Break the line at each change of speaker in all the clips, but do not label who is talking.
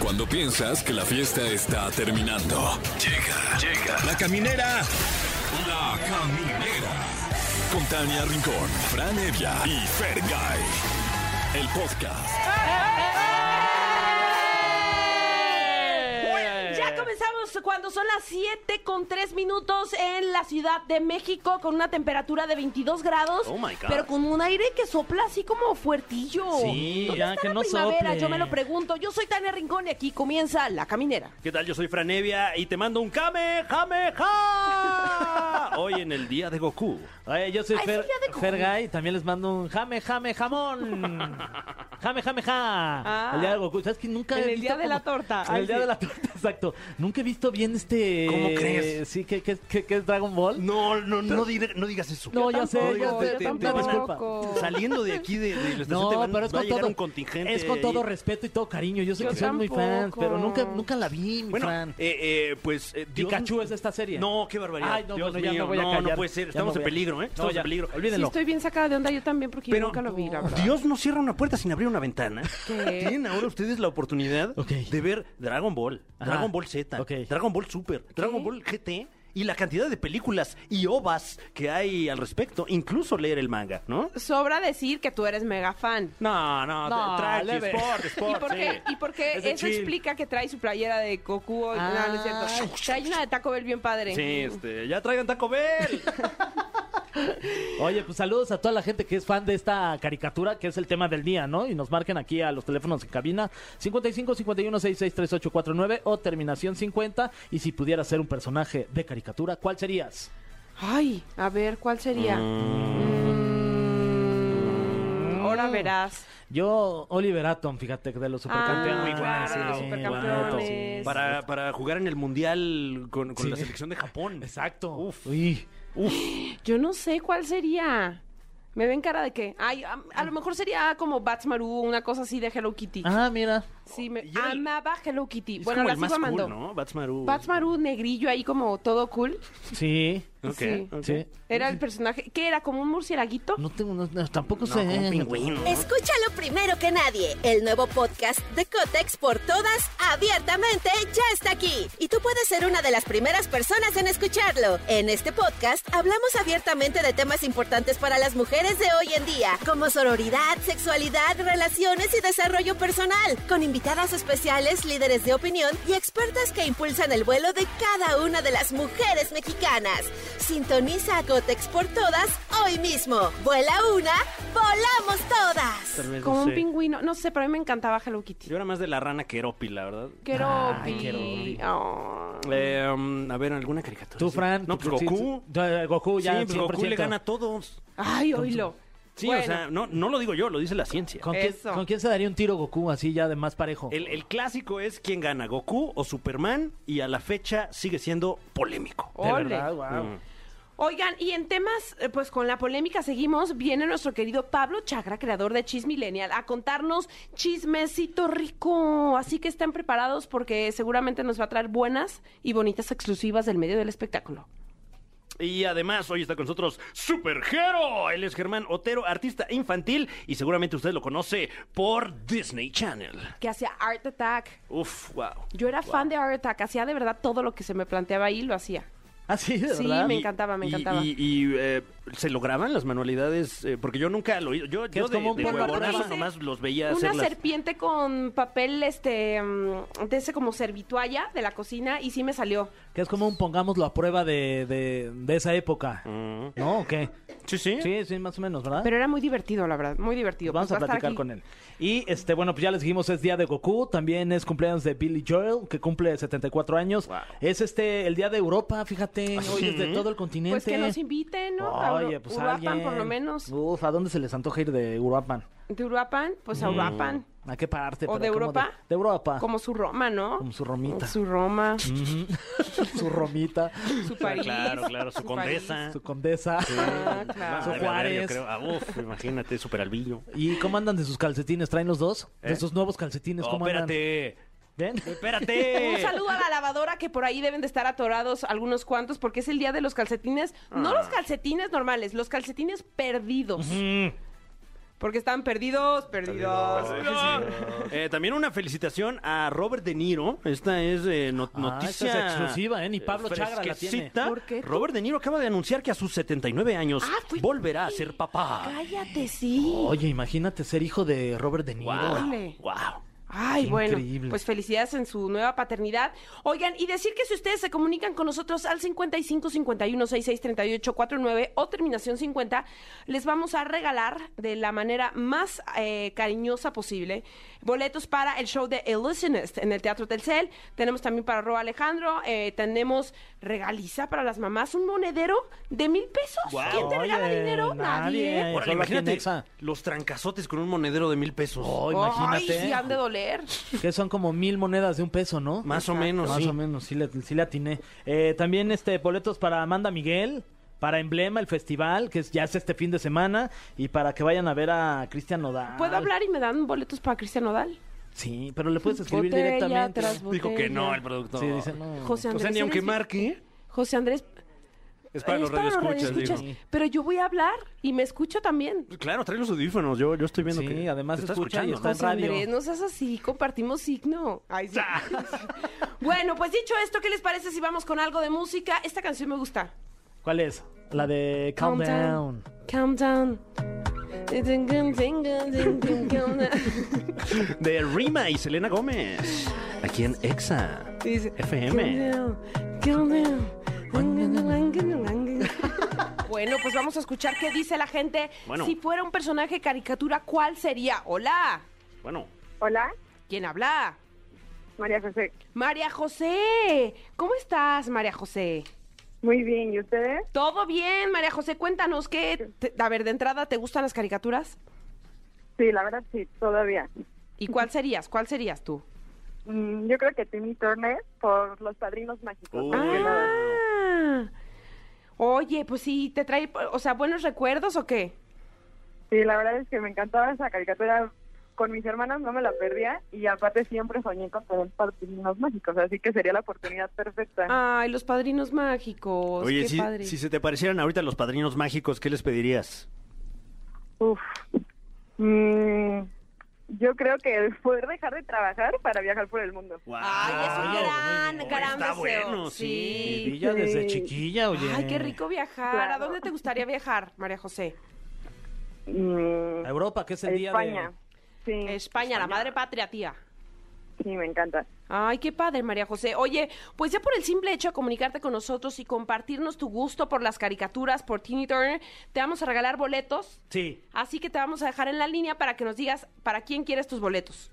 Cuando piensas que la fiesta está terminando. Llega, llega. La caminera. La caminera. Con Tania Rincón, Fran Evia y Fergay. El podcast.
Ya comenzamos cuando son las 7 con 3 minutos en la Ciudad de México con una temperatura de 22 grados,
Oh, my God.
pero con un aire que sopla así como fuertillo.
Sí,
¿Dónde
ya,
está
que
la
no
primavera?
sople.
Yo me lo pregunto. Yo soy Tania Rincón y aquí comienza La Caminera.
¿Qué tal? Yo soy Franevia y te mando un Kamehameha. Hoy en el día de Goku.
Oye, yo soy
Ay,
Fer,
sí, ya de comer.
Fergay, también les mando un jame, jame, jamón. Jame, jame, ja.
Ah.
el día del Goku. ¿Sabes que nunca he
En el
visto
día de
como-
la torta.
En
Ay,
el día
sí.
de la torta, exacto. Nunca he visto bien este...
¿Cómo crees?
Sí, ¿qué, qué, qué- qué es Dragon Ball?
No, no, no, diré- no digas eso.
No, ya sé,
Oigan,
ya
te-
sé.
te-
no,
te-
Pues
disculpa.
Saliendo de aquí de, de la estación
No,
te van-
pero es
va a
con
llegar
todo
un contingente.
Es con todo
ahí.
respeto y todo cariño. Yo sé
Yo
que soy muy fan,
tampoco.
pero nunca, nunca la vi, mi
Bueno,
fan.
eh, eh, pues eh, Dios-
Pikachu es de esta serie.
No, qué barbaridad.
Ay, no,
Dios
bueno, ya
mío,
me voy a
no, no
callar.
puede ser.
Ya
Estamos
me
en
voy a-
peligro, ¿eh?
No,
Estamos
ya.
en peligro.
Sí,
Olvídenlo.
estoy bien sacada de onda yo también porque yo
Pero
nunca lo vi, la verdad.
Dios no cierra una puerta sin abrir una ventana.
¿Qué?
Tienen ahora ustedes la oportunidad
Ok.
de ver Dragon Ball,
Ajá.
Dragon Ball Z,
Ok.
Dragon Ball Super, Dragon Ball GT y la cantidad de películas y ovas que hay al respecto, incluso leer el manga, ¿no?
Sobra decir que tú eres mega fan.
No, no,
No,
tranqui,
leve.
sport,
¿Y
sport,
por qué?
Oh, sí.
¿Y por qué
Es de
eso
chill.
explica que trae su playera de Goku hoy? No, no es cierto. Trae una de Taco Bell bien padre.
Sí, este, ya traigan Taco Bell.
Oye, pues saludos a toda la gente que es fan de esta caricatura, que es el tema del día, ¿no? Y nos marquen aquí a los teléfonos en cabina 55 51 66 3849 o terminación 50. Y si pudieras ser un personaje de caricatura, ¿cuál serías?
Ay, a ver, ¿cuál sería? Mm, Ahora verás.
Yo, Oliver Atom, fíjate, de los supercampeones.
Ah,
Muy guau,
claro,
sí,
supercampeones.
guau.
Sí.
Para, para jugar en el mundial con, con
Sí.
la selección de Japón.
Exacto.
Uf.
Uy.
Yo no sé cuál sería. ¿Me ven cara de qué? Ay, a, a lo mejor sería como Batsmaru, una cosa así de Hello Kitty.
Ah, mira.
Sí, me
Y era el-
amaba Hello Kitty.
Es
bueno,
como
la
el más
sigo amando.
cool, ¿no? Batsmaru.
Batsmaru negrillo ahí como todo cool.
Sí.
Ok,
Sí.
ok.
Sí.
Era el personaje. ¿Qué era? ¿Como un murcielaguito?
No tengo, no- no, tampoco
No,
sé.
como un
¿eh?
pingüino.
Escúchalo primero que nadie. El nuevo podcast de Cotex por todas, abiertamente, ya está aquí. Y tú puedes ser una de las primeras personas en escucharlo. En este podcast hablamos abiertamente de temas importantes para las mujeres de hoy en día, como sororidad, sexualidad, relaciones y desarrollo personal, con invitadas especiales, líderes de opinión y expertas que impulsan el vuelo de cada una de las mujeres mexicanas. Sintoniza a Cotex por todas hoy mismo. Vuela una, volamos todas.
Tal vez, no
Como un
sé.
pingüino. No sé, pero a mí me encantaba Hello Kitty.
Yo Ah, era más de la rana que Eropi, la verdad.
Keropi.
Keropi.
Oh.
Eh, um, a ver, alguna caricatura.
Tú,
sí.
Fran.
No,
tú-
pues Goku.
sí, sí. Eh, Goku, ya
sí, pues Goku
100%.
le gana a todos.
Ay, oílo.
Sí,
Bueno,
o sea, no, no lo digo yo, lo dice la ciencia.
¿Con quién,
Eso.
¿Con quién se daría un tiro Goku así ya de más parejo?
El, el clásico es quién gana, Goku o Superman, y a la fecha sigue siendo polémico.
De
ole.
verdad, guau.
Mm.
Oigan, y en temas, eh, pues con la polémica seguimos, viene nuestro querido Pablo Chacra, creador de Chis Millennial, a contarnos chismecito rico. Así que estén preparados porque seguramente nos va a traer buenas y bonitas exclusivas del medio del espectáculo.
Y además hoy está con nosotros Supergero. Él es Germán Otero, artista infantil, y seguramente usted lo conoce por Disney Channel.
Que hacía Art Attack.
Uf, wow.
Yo era fan de Art Attack, hacía de verdad todo lo que se me planteaba ahí, lo hacía.
Ah, sí, de
Sí,
verdad.
me encantaba, me
Y-
encantaba.
Y, y, eh, se lograban las manualidades, Eh, porque yo nunca lo yo,
Que
yo
es
de,
como un
de
polvo
huevonazo
rosa.
nomás los veía
Una
hacerlas.
serpiente con papel, este, mm, de ese como servitualla de la cocina y sí me salió.
Que es como un pongámoslo a prueba de, de, de esa época.
Mm.
¿No? ¿O qué?
Sí, sí.
Sí, sí, más o menos, ¿verdad?
Pero era muy divertido, la verdad, muy divertido.
Pues vamos
Pues
a
va estar
platicar
aquí.
con él. Y este, bueno, pues ya les dijimos, es día de Goku, también es cumpleaños de Billy Joel, que cumple 74 años.
Wow.
Es este el día de Europa,
¿Ah,
fíjate, hoy es de todo el continente.
Pues que nos pues inviten, ¿no? A Uru-
Oye, pues
Uruapan,
alguien.
por lo menos.
Uf, ¿a dónde se les antoja ir de Uruapan?
de Uruapan, pues a Uruapan.
¿A qué parte?
¿O
Pero
de
como
Europa?
De, Europa.
Como su Roma, ¿no?
Ah. Como su romita.
Su Roma,
su romita,
su París.
claro, claro, su condesa.
su condesa.
Ah, claro.
Su
Madre, madre, yo
Juárez.
creo. Ah, uf, imagínate, super albillo.
¿Y cómo andan de sus calcetines? ¿Traen los dos?
¿Eh?
De sus nuevos calcetines,
Oh,
¿cómo andan?
espérate.
¿Ven?
Espérate.
Un saludo a la lavadora que por ahí deben de estar atorados algunos cuantos porque es el día de los calcetines. No los calcetines normales, los calcetines perdidos. Porque están perdidos, perdidos.
Eh, también una felicitación a Robert De Niro. Esta es eh, no-
Ah,
noticia
esta es exclusiva, ¿eh? Ni Pablo Chagra la tiene.
fresquecita.
¿Por qué?
Robert De Niro acaba de anunciar que a sus 79 años
Ah, fui-
volverá a ser papá.
Cállate, sí.
Oye, imagínate ser hijo de Robert De Niro.
Wow,
Órale.
wow.
Ay,
Qué
bueno,
increíble.
pues felicidades en su nueva paternidad. Oigan, y decir que si ustedes se comunican con nosotros al 55 51 66 38 49 o terminación 50, les vamos a regalar de la manera más eh, cariñosa posible boletos para el show de Illusionist en el Teatro Telcel. Tenemos también para Ro Alejandro, eh, tenemos regaliza para las mamás un monedero de mil pesos.
Guau.
¿Quién te regala
Oye,
dinero?
nadie.
Nadie.
Eh,
Órale,
solo aquí en
imagínate
Exa.
los trancazotes con un monedero de mil pesos.
Oh,
Ay,
imagínate.
sí, han de doler.
Que son como mil monedas de un peso, ¿no?
Más o menos,
Más
sí.
o menos, sí le, sí le atiné. Eh, también este boletos para Amanda Miguel, para Emblema, el festival, que es- ya es este fin de semana, y para que vayan a ver a Cristian Nodal.
¿Puedo hablar y me dan boletos para Cristian Nodal?
Sí, pero le puedes escribir
Botella
directamente.
tras
Dijo que
botella.
no el productor.
Sí, dice, no.
José
o
Andrés.
sea, ni
eres
aunque
mi-
marque,
José Andrés.
es para los radioescuchas,
radioescuchas,
digo.
Pero yo voy a hablar y me escucho también.
Claro, trae los audífonos, yo, yo estoy viendo
Sí,
que...
además
te está
escucha y
escuchando.
está en
José Andrés,
radio.
no seas así, compartimos signo. Ay, sí.
Ah.
bueno, pues dicho esto, ¿qué les parece si vamos con algo de música? Esta canción me gusta.
¿Cuál es? La de Calm, Down.
Calm down.
de Rima y Selena Gómez. Aquí en Exa.
Dice,
FM.
Calm down, calm down. Bueno, pues vamos a escuchar qué dice la gente.
Bueno.
Si fuera un personaje caricatura, ¿cuál sería? Hola,
Bueno,
Hola,
¿quién habla?
María José.
María José, ¿cómo estás, María José?
Muy bien, ¿y ustedes?
Todo bien, María José, cuéntanos qué, te- a ver, de entrada, ¿te gustan las caricaturas?
Sí, la verdad sí, todavía.
¿Y cuál serías? ¿Cuál serías tú?
Mm, yo creo que Timmy Turner por los padrinos mágicos.
Uy.
más que nada.
Ah. Oye, pues sí, ¿te trae, o sea, buenos recuerdos o qué?
Sí, la verdad es que me encantaba esa caricatura. Con mis hermanas no me la perdía y aparte siempre soñé con tener padrinos mágicos, así que sería la oportunidad perfecta.
Ay, los padrinos mágicos.
oye,
Pues, qué
si,
padre.
si se te parecieran ahorita los padrinos mágicos, ¿qué les pedirías?
Uf. Mm, yo creo que poder dejar de trabajar para viajar por el mundo.
Ay, es un
Wow,
gran,
muy bien.
gran
Está
deseo.
bueno,
Y
sí.
sí.
Villa Eh, desde
Sí.
chiquilla, oye.
Ay, qué rico viajar. ¿A
Claro.
dónde te gustaría viajar, María José?
Mm,
A Europa, que es el día
España.
de...
Sí,
España, la madre patria, tía.
sí, me encanta.
Ay, qué padre, María José. Oye, pues ya por el simple hecho de comunicarte con nosotros y compartirnos tu gusto por las caricaturas, por Teeny Turner, te vamos a regalar boletos.
Sí.
Así que te vamos a dejar en la línea para que nos digas para quién quieres tus boletos.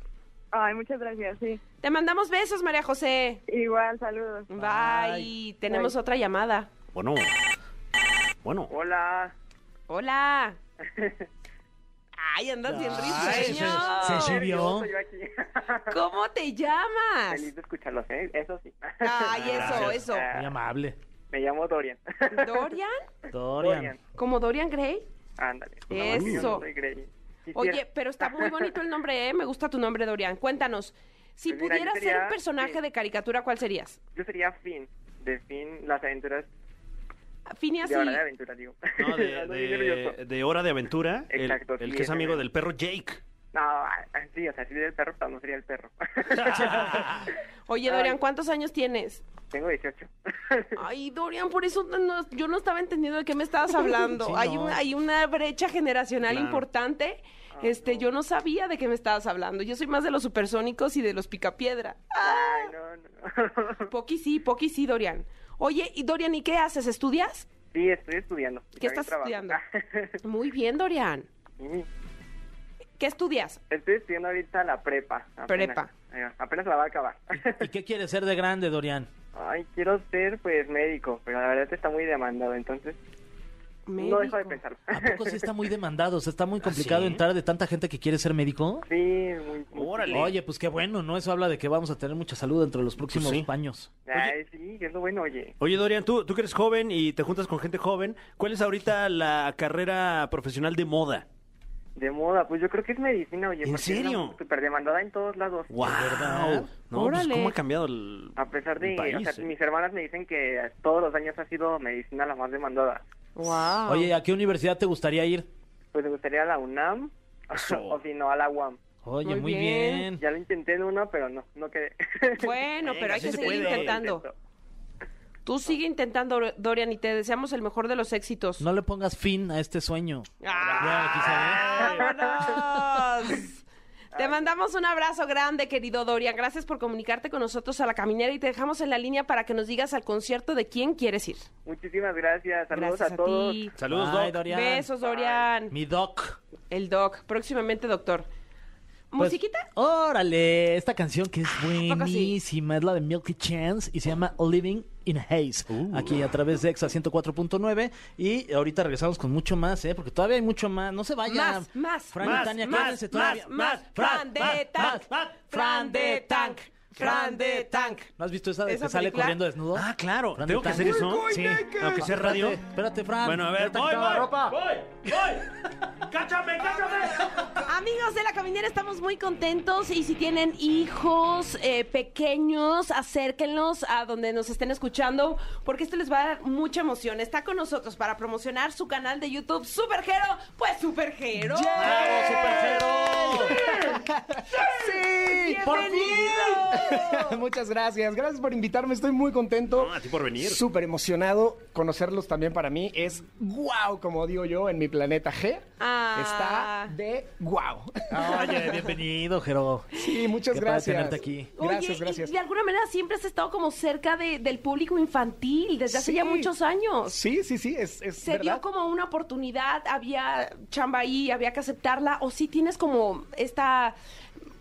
Ay, muchas gracias, sí.
Te mandamos besos, María José.
Igual, saludos.
Bye. Tenemos
Bye.
otra llamada.
Bueno. Bueno.
Hola.
Hola. Ay, andas bien
Ay,
risueño.
se- se chivió.
Soy yo aquí.
¿Cómo te llamas?
Feliz de escucharlos, ¿eh? Eso sí.
Ay, eso,
Gracias.
eso.
Muy amable.
Me llamo Dorian.
¿Dorian?
Dorian.
Dorian.
¿Como Dorian Gray?
Ándale.
Eso.
Yo no soy Grey. Quisiera-
Oye, pero está muy bonito el nombre, ¿eh? Me gusta tu nombre, Dorian. Cuéntanos, si
Pues mira, yo
pudieras ser un
sería-
personaje
sí.
de caricatura, ¿cuál serías?
Yo sería Finn. De Finn, las aventuras.
Phineas
De hora de
y...
aventuras, digo.
No, de,
Ando muy nervioso.
de- de Hora de Aventura, el,
Exacto,
el
sí,
que es
ese
amigo
mismo.
del perro Jake.
No, ah, sí, o sea, sí sería el perro, pero no sería el perro.
Oye, Dorian, ¿cuántos años tienes?
Tengo 18.
Ay, Dorian, por eso no- no- yo no estaba entendiendo de qué me estabas hablando.
Sí,
hay,
no.
una, hay una brecha generacional
Claro.
importante.
Ah,
Este, yo no sabía de qué me estabas hablando. Yo soy más de los supersónicos y de los picapiedra. Ah,
Ay, no, no.
Poqui sí, Poqui sí, Dorian. Oye, y Dorian, ¿y qué haces? ¿Estudias?
Sí, estoy estudiando. y
¿Qué
también
estás
trabajo.
estudiando? Muy bien, Dorian.
Sí.
¿Qué estudias?
Estoy estudiando ahorita la prepa. apenas.
Prepa.
Eh, Apenas la va a acabar.
¿Y qué quieres ser de grande, Dorian?
Ay, quiero ser pues médico, pero la verdad está muy demandado, entonces
Médico.
No dejo de pensarlo.
¿A poco sí está muy demandado? O sea,
¿Ah,
está muy complicado entrar de tanta gente que quiere ser médico.
Sí, muy, muy
Órale.
Oye, pues qué bueno, ¿no? Eso habla de que vamos a tener mucha salud entre los próximos
sí.
años.
Ay, sí, es lo bueno, oye.
Oye, Dorian, tú, tú que eres joven y te juntas con gente joven, ¿cuál es ahorita la carrera profesional de moda?
De moda, pues yo creo que es medicina, oye.
¿En
porque es una
serio?
Súper demandada en todos lados.
¡Wow! No, pues
Órale.
cómo ha cambiado el
A pesar de,
el país,
o sea,
eh?
mis hermanas me dicen que todos los años ha sido medicina la más demandada.
Wow.
Oye, ¿a qué universidad te gustaría ir?
Pues me gustaría a la UNAM,
Eso.
o si no, a la UAM.
Oye, muy,
Muy
bien.
bien.
Ya lo intenté en una, pero no, no quedé.
Bueno,
Venga,
pero hay
sí
que
se
seguir
puede.
intentando. Tú sigue intentando, Dorian, y te deseamos el mejor de los éxitos.
No le pongas fin a este sueño.
¡Ah! ¡Vámonos! Te mandamos un abrazo grande, querido Dorian. Gracias por comunicarte con nosotros a la caminera y te dejamos en la línea para que nos digas al concierto de quién quieres ir.
Muchísimas gracias. Saludos
Gracias
a todos.
ti.
Saludos,
Bye,
Doc.
Dorian.
Besos, Dorian.
Mi doc.
El doc, próximamente doctor.
Pues,
¿Musiquita? Ah,
Órale, esta canción que es
poco sí?
buenísima, es la de Milky Chance y se llama Living in Haze,
Uh.
aquí a través de Exa 104.9 y ahorita regresamos con mucho más, ¿eh? porque todavía hay mucho más, no se vayan.
Más, más,
Fran
más,
y Tania,
más,
quédense
más,
todavía.
más, Fran de Tank, Fran de Tank, Fran de Tank.
¿No has visto esa de
¿Esa
que sale
película?
corriendo desnudo?
Ah, claro.
Fran de
Tengo que
Tank.
hacer eso.
Sí.
Aunque sea radio.
Espérate, espérate, Fran.
Bueno, a
ya
ver,
está
voy,
quitada
voy,
la ropa.
voy, voy. ¡Cáchame, cáchame!
Amigos de la caminera, estamos muy contentos y si tienen hijos eh, pequeños, acérquenlos a donde nos estén escuchando porque esto les va a dar mucha emoción. Está con nosotros para promocionar su canal de YouTube Superjero, pues Superjero.
¡Bravo, Supercero!
¡Sí! ¡Por fin! Muchas gracias. Gracias por invitarme. Estoy muy contento.
No, a ti por venir.
Súper emocionado. Conocerlos también para mí es wow, como digo yo, en mi planeta G.
Ah.
Está de wow.
Ah.
Oye, bienvenido, Jero.
Sí, muchas
Qué padre
gracias.
tenerte aquí.
Oye,
Gracias,
y
gracias.
de alguna manera siempre has estado como cerca de- del público infantil desde hace
Sí.
ya muchos años.
Sí, sí, sí, es, es
¿Se
verdad.
dio como una oportunidad? ¿Había chamba ahí? ¿Había que aceptarla? ¿O sí tienes como esta...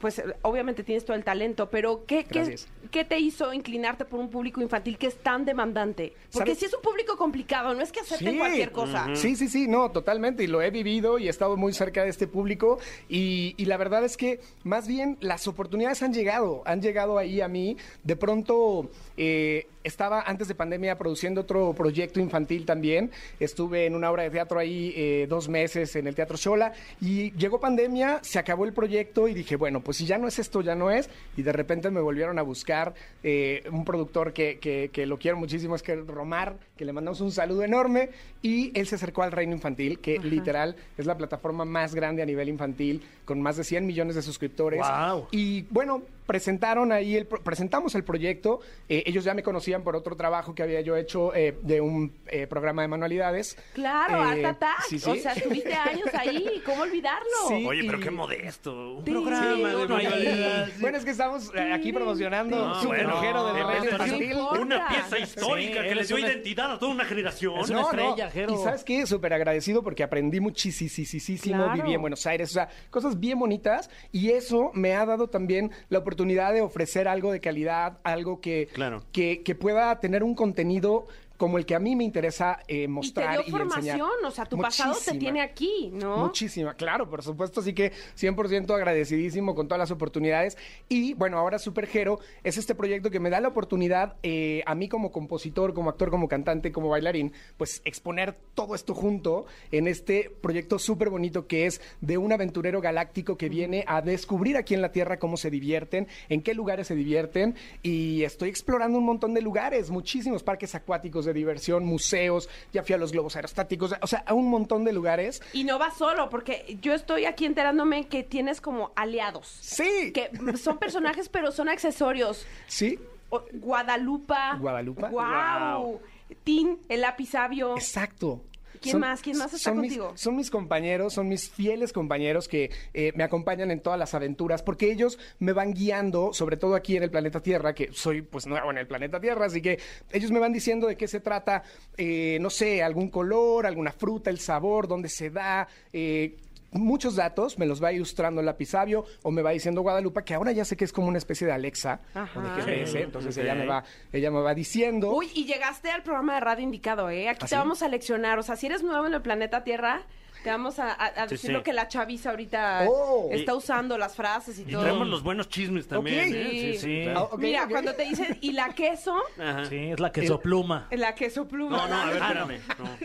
Pues eh, obviamente tienes todo el talento, pero ¿qué, qué,
Gracias.
qué te hizo inclinarte por un público infantil que es tan demandante? Porque
¿Sabes?
sí es un público complicado, no es que acepten
Sí.
cualquier cosa.
Sí, sí, sí, no, totalmente. Y lo he vivido y he estado muy cerca de este público. Y, y la verdad es que más bien las oportunidades han llegado, han llegado ahí a mí. De pronto eh, estaba antes de pandemia produciendo otro proyecto infantil también. Estuve en una obra de teatro ahí eh, dos meses en el Teatro Xola. Y llegó pandemia, se acabó el proyecto y dije, bueno, pues si ya no es esto, ya no es. Y de repente me volvieron a buscar eh, un productor que, que- que lo quiero muchísimo, es que Romar, que le mandamos un saludo enorme. Y él se acercó al Reino Infantil, que literal es la plataforma más grande a nivel infantil, con más de 100 millones de suscriptores.
Guau.
Y bueno, presentaron ahí, el, pro- presentamos el proyecto. Eh, ellos ya me conocían por otro trabajo que había yo hecho eh, de un eh, programa de manualidades.
Claro,
Eh,
Art Attack.
sí,
O
sí.
sea, estuviste años ahí, ¿cómo olvidarlo?
Sí.
Oye, pero
Y-
qué modesto. Un
Sí,
programa
sí,
de
uno ahí.
manualidades.
Bueno, es que estamos eh, aquí promocionando
No,
su
Ah, bueno,
relojero de
eh,
no,
red
pero
infantil.
no importa.
Una pieza histórica
Sí,
que le
eres
dio
una-
identidad a toda una generación.
Es una estrella, Jero.
Y sabes qué, súper agradecido porque aprendí muchísimo,
Claro.
viví en Buenos Aires, o sea, cosas bien bonitas y eso me ha dado también la oportunidad de ofrecer algo de calidad, algo que,
Claro.
que, que pueda tener un contenido como el que a mí me interesa eh,
Y te
mostrar
dio
y, enseñar.
formación, o sea, tu pasado te
Muchísima.
tiene aquí, ¿no?
Muchísima, claro, por supuesto, así que 100% agradecidísimo con todas las oportunidades. Y bueno, ahora Supergero es este proyecto que me da la oportunidad eh, a mí como compositor, como actor, como cantante, como bailarín, pues exponer todo esto junto en este proyecto súper bonito que es de un aventurero galáctico que viene a descubrir aquí en la Tierra cómo se divierten, en qué lugares se divierten. Y estoy explorando un montón de lugares, muchísimos parques acuáticos de diversión, museos, ya fui a los globos aerostáticos, o sea, a un montón de lugares.
Y no vas solo, porque yo estoy aquí enterándome que tienes como aliados.
Sí.
Que son personajes, pero son accesorios.
Sí,
O- Guadalupa.
Guadalupa.
Guau. Tin, el lápiz sabio.
exacto.
Oh. ¿Quién más? ¿Quién más está
son mis-
contigo?
son mis compañeros, son mis fieles compañeros que eh, me acompañan en todas las aventuras, porque ellos me van guiando, sobre todo aquí en el planeta Tierra, que soy pues nuevo en el planeta Tierra, así que ellos me van diciendo de qué se trata, eh, no sé, algún color, alguna fruta, el sabor, dónde se da, eh, muchos datos, me los va ilustrando el Lapisabio o me va diciendo Guadalupe, que ahora ya sé que es como una especie de Alexa o de
Ajá.
GPS, entonces ella
ok.
me va, ella me va diciendo.
Uy, y llegaste al programa de radio indicado, ¿eh? Aquí
¿Ah,
te
sí?
vamos a leccionar. O sea, si eres nuevo en el planeta Tierra, te vamos a, a- a
Sí,
decir
sí.
lo que la chaviza ahorita
Oh.
está
Y-
usando, las frases y,
Y
todo.
traemos los buenos chismes también.
Ok.
¿eh?
Sí.
Ah, ok,
Mira,
ok.
cuando te dicen, y la queso,
Ajá.
Sí, es la
Eh,
que sopluma.
la queso pluma.
No, no, a ver,
Ah,
espérame. No,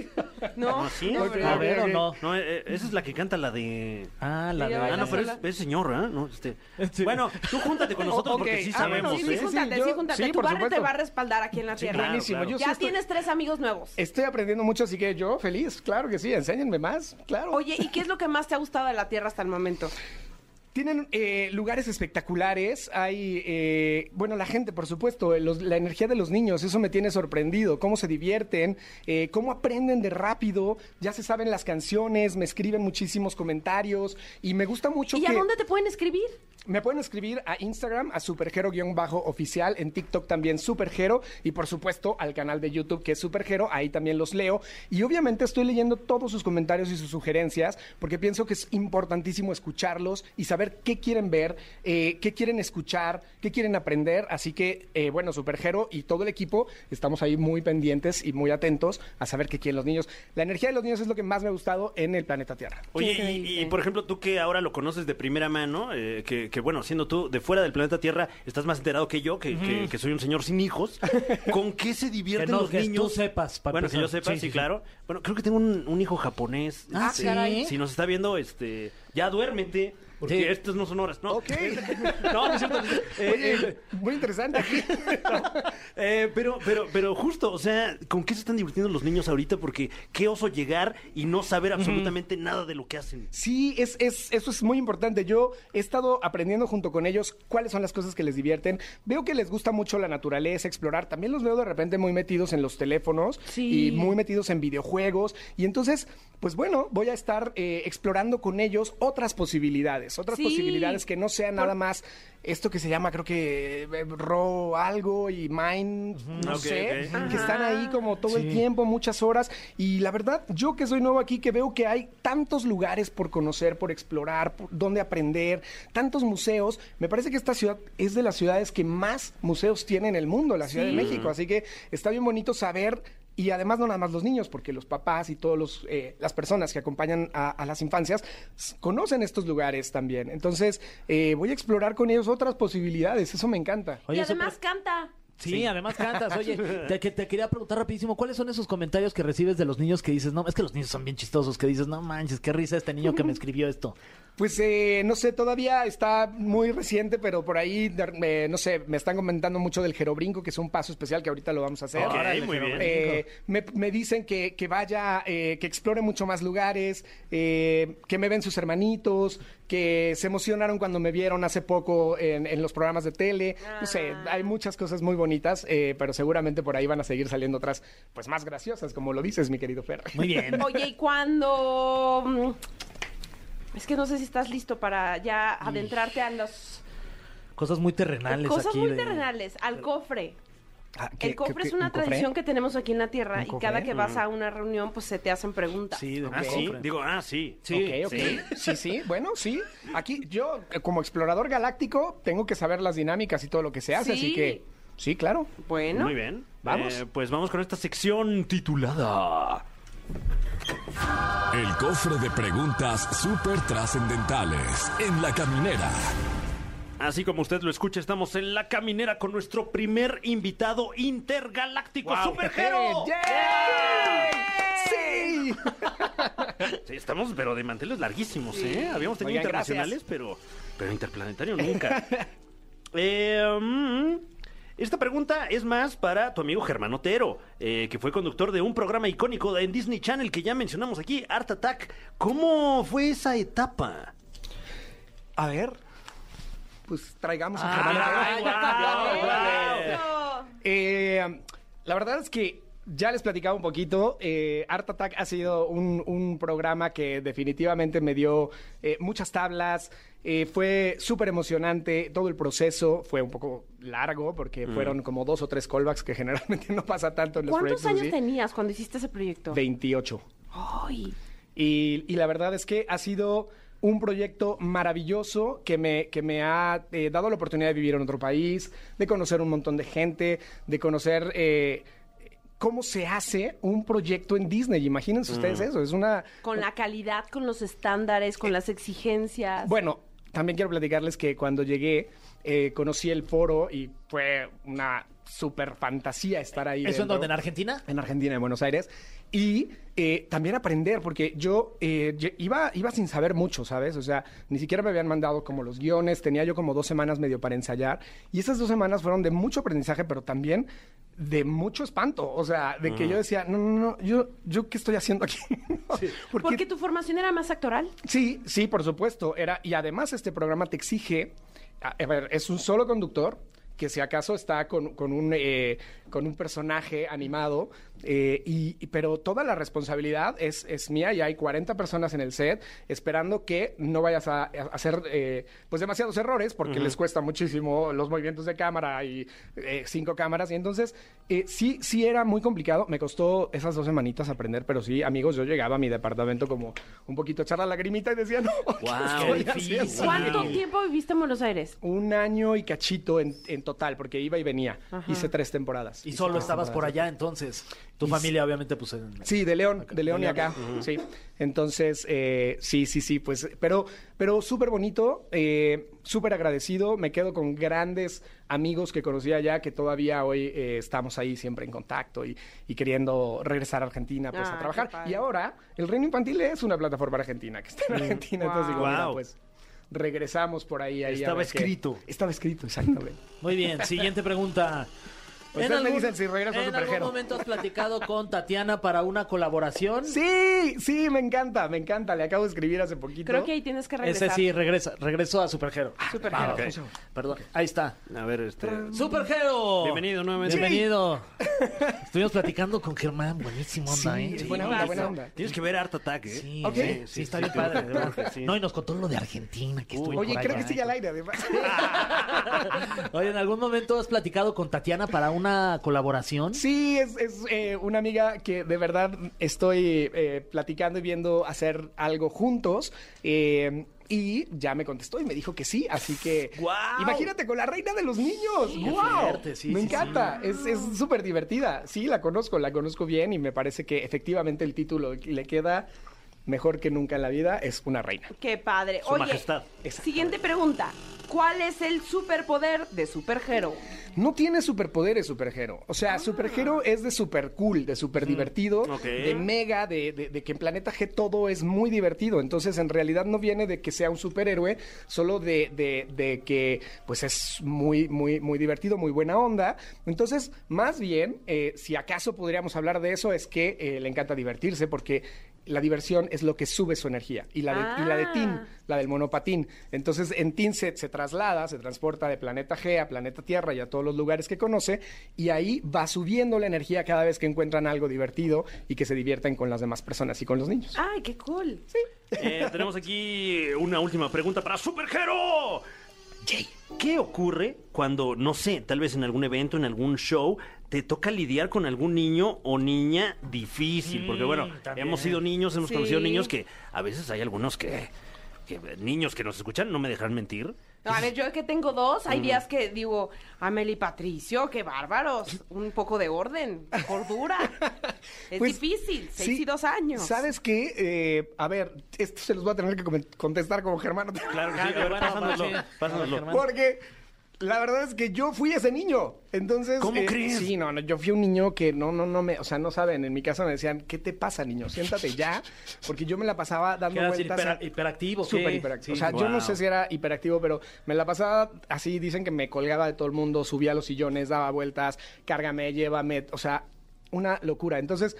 No,
¿Ah, sí?
no,
Ok,
¿verdad?
A ver o
ok.
no.
no eh, eh, esa es la que canta la de...
Ah, la
Sí,
de.
ya
Ah, no,
Baila
pero es,
sola.
es señor, ¿eh? No, este...
Sí.
Bueno, tú júntate con nosotros
Ok,
porque sí
ah,
sabemos,
Sí, sí,
¿eh?
sí,
júntate,
yo-
sí, júntate.
sí,
tu
por
padre te
supuesto.
va a respaldar aquí en la Tierra.
claro,
Buenísimo,
claro.
yo sí
Ya
estoy-
tienes tres amigos nuevos.
Estoy aprendiendo mucho, así que yo feliz, claro que sí, enséñenme más, claro.
Oye, ¿y qué es lo que más te ha gustado de la Tierra hasta el momento?
Tienen eh, lugares espectaculares, hay, eh, bueno, la gente, por supuesto, eh, los- la energía de los niños, eso me tiene sorprendido, cómo se divierten, eh, cómo aprenden de rápido, ya se saben las canciones, me escriben muchísimos comentarios y me gusta mucho
¿Y
que...
a dónde te pueden escribir?
Me pueden escribir a Instagram, a supergero-oficial, en TikTok también supergero y por supuesto al canal de YouTube que es supergero, ahí también los leo y obviamente estoy leyendo todos sus comentarios y sus sugerencias porque pienso que es importantísimo escucharlos y saber qué quieren ver, eh, qué quieren escuchar, qué quieren aprender, así que eh, bueno, supergero y todo el equipo estamos ahí muy pendientes y muy atentos a saber qué quieren los niños. La energía de los niños es lo que más me ha gustado en el planeta Tierra.
Oye,
Qué
y, y,
increíble.
por ejemplo, tú que ahora lo conoces de primera mano, eh, que, que, bueno, siendo tú de fuera del planeta Tierra, estás más enterado que yo, que, que- que soy un señor sin hijos. ¿Con qué se divierten
Que no,
los
que tú
niños?
sepas, para
Bueno, que yo
empezar.
sepa, sí,
Sí, sí, sí.
claro. Bueno, creo que tengo un, un hijo japonés.
Ah,
este,
caray.
Si nos está viendo, este, ya duérmete, porque
Sí.
estas no son horas, ¿no?
Ok.
no, no es cierto. Eh, eh,
muy interesante aquí.
eh, pero, pero, pero justo, o sea, ¿con qué se están divirtiendo los niños ahorita? Porque qué oso llegar y no saber absolutamente nada de lo que hacen.
Sí, es, es- eso es muy importante. Yo he estado aprendiendo junto con ellos cuáles son las cosas que les divierten. Veo que les gusta mucho la naturaleza, explorar. También los veo de repente muy metidos en los teléfonos
Sí.
y muy metidos en videojuegos. Y entonces, pues bueno, voy a estar eh, explorando con ellos otras posibilidades, otras
Sí.
posibilidades que no sea nada más esto que se llama, creo que, eh, Ro algo y Mine, no
Ok,
sé,
ok.
que están ahí como todo el
Sí.
tiempo, muchas horas. Y la verdad, yo que soy nuevo aquí, que veo que hay tantos lugares por conocer, por explorar, por donde aprender, tantos museos. Me parece que esta ciudad es de las ciudades que más museos tiene en el mundo, la Ciudad de México. Así que está bien bonito saber. Y además no nada más los niños, porque los papás y todas las personas que acompañan a, a las infancias s- conocen estos lugares también. Entonces eh, voy a explorar con ellos otras posibilidades, eso me encanta.
Oye,
y
eso-
además canta.
Sí, además cantas. Oye, te, que te quería preguntar rapidísimo, ¿cuáles son esos comentarios que recibes de los niños que dices, no, es que los niños son bien chistosos, que dices, no manches, qué risa este niño que me escribió esto?
Pues eh, no sé, todavía está muy reciente, pero por ahí, de- eh, no sé, me están comentando mucho del jerobrinco, que es un paso especial que ahorita lo vamos a hacer.
Ok, muy bien.
Eh, me, me dicen que, que vaya, eh, que explore mucho más lugares, eh, que me ven sus hermanitos, que se emocionaron cuando me vieron hace poco en, en los programas de tele. No sé, hay muchas cosas muy bonitas, eh, pero seguramente por ahí van a seguir saliendo otras, pues más graciosas, como lo dices, mi querido Fer.
Muy bien.
Oye, y cuando... mm, Es que no sé si estás listo para ya adentrarte a las
Cosas muy terrenales
cosas
aquí.
muy
de-
terrenales, al cofre.
Ah, ¿qué-
El cofre
qué-
es una
un cofre?
tradición que tenemos aquí en la Tierra
¿Un
y
cofre?
cada que vas a una reunión pues se te hacen preguntas.
Sí, de
Ah,
un
sí.
cofre.
Digo, ah, sí.
ok, ok.
sí.
Sí, sí, bueno, sí. Aquí yo, eh, como explorador galáctico, tengo que saber las dinámicas y todo lo que se hace,
Sí.
así que sí, claro.
Bueno,
Muy bien.
Vamos.
Eh, pues vamos con esta sección titulada.
El cofre de preguntas súper trascendentales en la caminera.
Así como usted lo escucha, estamos en la caminera con nuestro primer invitado intergaláctico, Supergero.
¡Yeah! ¡Sí!
Sí, estamos, pero de manteles larguísimos, ¿eh? Habíamos tenido
Oigan,
internacionales, pero, pero interplanetario nunca. Eh, mm, esta pregunta es más para tu amigo Germán Otero, eh, que fue conductor de un programa icónico en Disney Channel que ya mencionamos aquí, Art Attack. ¿Cómo fue esa etapa?
A ver, pues traigamos a Germán.
Ay, guau, guau.
Eso.
Eh, la verdad es que ya les platicaba un poquito. eh, Art Attack ha sido un, un programa que definitivamente me dio eh, muchas tablas. eh, fue súper emocionante. Todo el proceso fue un poco largo porque fueron como dos o tres callbacks que generalmente no pasa tanto en los
¿Cuántos
proyectos.
años
así.
tenías cuando hiciste ese proyecto?
28.
Ay,
Y, y la verdad es que ha sido un proyecto maravilloso que me, que me ha eh, dado la oportunidad de vivir en otro país, de conocer un montón de gente, de conocer... eh, ¿Cómo se hace un proyecto en Disney? Imagínense ustedes eso. Es una,
Con la calidad, con los estándares, con las exigencias.
Eh, bueno, también quiero platicarles que cuando llegué eh, conocí el foro y fue una super fantasía estar ahí.
¿Eso en
dentro.
donde? ¿En Argentina?
En Argentina, en Buenos Aires. Y eh, también aprender, porque yo eh, ye- iba, iba sin saber mucho, ¿sabes? O sea, ni siquiera me habían mandado como los guiones, tenía yo como dos semanas medio para ensayar. Y esas dos semanas fueron de mucho aprendizaje, pero también de mucho espanto. O sea, de que yo decía, no, no, no, yo, yo qué estoy haciendo aquí. ¿Por qué
Porque tu formación era más actoral.
Sí, sí, por supuesto. Era, y además este programa te exige, a, a ver, es un solo conductor que si acaso está con, con un, eh, con un personaje animado, eh, y, y- pero toda la responsabilidad es, es mía y hay 40 personas en el set esperando que no vayas a, a hacer eh, pues demasiados errores porque les cuesta muchísimo los movimientos de cámara y eh, cinco cámaras y entonces eh, sí, sí era muy complicado, me costó esas dos semanitas aprender, pero sí, amigos, yo llegaba a mi departamento como un poquito echar la lagrimita y decía, no, ¿qué
Guau,
estoy
qué difícil.
haciendo?".
¿Cuánto tiempo viviste en Buenos Aires?
Un año y cachito en, en total, porque iba y venía. Hice tres temporadas.
Y
Hice
solo
tres
estabas por
temporadas.
allá entonces. Tu
Y-
familia obviamente pues en...
Sí, de León, de León y
De León.
acá, sí. Entonces, eh, sí, sí, sí, pues, pero, pero súper bonito, eh, súper agradecido, me quedo con grandes amigos que conocí allá, que todavía hoy eh, estamos ahí siempre en contacto y, y queriendo regresar a Argentina, pues,
Ah,
a
qué
trabajar.
padre.
Y ahora, el Reino Infantil es una plataforma argentina, que está en Argentina, entonces digo, mira,
Wow.
pues, regresamos por ahí. ahí a
Estaba
ver qué-
escrito.
Estaba escrito, exactamente.
Muy bien, siguiente pregunta.
Ustedes me dicen si regreso a
en
Supergero.
algún momento has platicado con Tatiana para una colaboración?
Sí, sí, me encanta, me encanta, le acabo de escribir hace poquito.
Creo que ahí tienes que regresar.
Ese sí, regresa, regresó a Supergero.
Supergero.
Ah, ok. Perdón, ahí está.
A ver, este.
Supergero.
Bienvenido nuevamente.
Bienvenido. Estuvimos platicando con Germán, buenísimo onda, ¿eh?
Sí, buena onda, buena onda.
Tienes que ver Art Attack, ¿eh?
Sí,
Ok.
sí, sí, está bien padre. de verdad.
Sí.
No, y nos contó lo de Argentina, que estuvo
Oye,
por
creo
allá.
que
¿eh? Ah.
sigue al aire, además.
Oye, ¿en algún momento has platicado con Tatiana para una colaboración?
Sí, es, es, eh, una amiga que de verdad estoy eh, platicando y viendo hacer algo juntos. eh, y ya me contestó y me dijo que sí, así que
¡Guau!
imagínate con la reina de los niños. ¡Guau!
fuerte, sí,
me
sí,
encanta, es es súper divertida. Sí, la conozco, la conozco bien y me parece que efectivamente el título le queda mejor que nunca en la vida, es una reina.
Qué padre.
Su
Oye,
majestad.
siguiente pregunta. ¿Cuál es el superpoder de Superhero?
No tiene superpoderes, Supergero. O sea, Supergero es de super cool, de super divertido,
ok.
de mega, de, de- de que en Planeta G todo es muy divertido. Entonces, en realidad no viene de que sea un superhéroe, solo de, de- de que pues es muy, muy, muy divertido, muy buena onda. Entonces, más bien, eh, si acaso podríamos hablar de eso, es que eh, le encanta divertirse porque la diversión es lo que sube su energía. Y la de, y la de
Ah.
Tim, la del monopatín. Entonces, en Teen se, se traslada, se transporta de planeta G a planeta Tierra y a todos los lugares que conoce, y ahí va subiendo la energía cada vez que encuentran algo divertido y que se divierten con las demás personas y con los niños.
Ay, qué cool. Sí.
Eh, tenemos aquí una última pregunta para Supergero. Jay, ¿qué ocurre cuando, no sé, tal vez en algún evento, en algún show, te toca lidiar con algún niño o niña difícil? Porque bueno,
también.
hemos sido niños, hemos
Sí.
conocido niños que a veces hay algunos que, que- niños que nos escuchan, no me dejarán mentir.
A ver, yo que tengo dos, hay días que digo, Amel y Patricio, qué bárbaros. Un poco de orden, cordura. Es
Pues,
difícil, seis
sí,
y dos años.
¿Sabes qué? Eh, a ver, esto se los voy a tener que comen- contestar como Germán.
Claro que sí, a ver,
Bueno,
pásanoslo,
sí.
pásanoslo.
A ver, Germán.
Porque la verdad es que yo fui ese niño. Entonces. eh,
¿Cómo crees?
Sí, no, no, yo fui un niño que no, no, no me. O sea, no saben. En mi casa me decían, ¿qué te pasa, niño? Siéntate ya. Porque yo me la pasaba dando
¿Qué eras,
vueltas.
hiper-
a-
hiperactivo, qué?
Súper hiperactivo.
Sí,
o sea, yo no
wow.
sé si era hiperactivo, pero me la pasaba así. Dicen que me colgaba de todo el mundo, subía a los sillones, daba vueltas, cárgame, llévame. O sea, una locura. Entonces.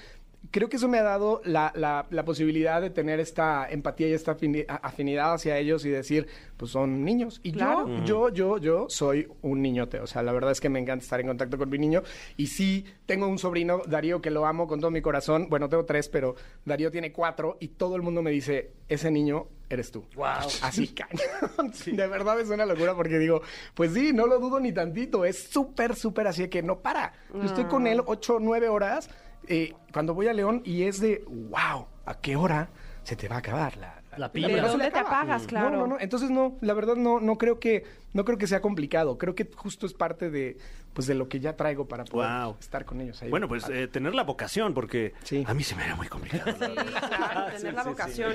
Creo que eso me ha dado la, la- la posibilidad de tener esta empatía y esta afini- a- afinidad hacia ellos y decir, pues son niños. Y
Claro.
yo, yo, yo, yo soy un niñote. O sea, la verdad es que me encanta estar en contacto con mi niño. Y sí, tengo un sobrino, Darío, que lo amo con todo mi corazón. Bueno, tengo tres, pero Darío tiene cuatro y todo el mundo me dice, ese niño eres tú.
Guau.
Así cañón. De verdad es una locura porque digo, pues sí, no lo dudo ni tantito. Es súper, súper así de que no para. Yo estoy con él ocho, nueve horas eh, cuando voy a León y es de, wow, ¿a qué hora se te va a acabar la,
La
¿De
pila.
verdad se le
dónde te
acaba.
apagas? Claro.
No, no, no. Entonces no, la verdad no, no creo que, no creo que sea complicado. Creo que justo es parte de, pues de lo que ya traigo para poder
Guau.
estar con ellos ahí.
Bueno, pues eh, tener la vocación, porque
Sí.
a mí se me era muy complicado. la
Sí,
verdad.
claro, tener
Sí,
la
sí,
vocación.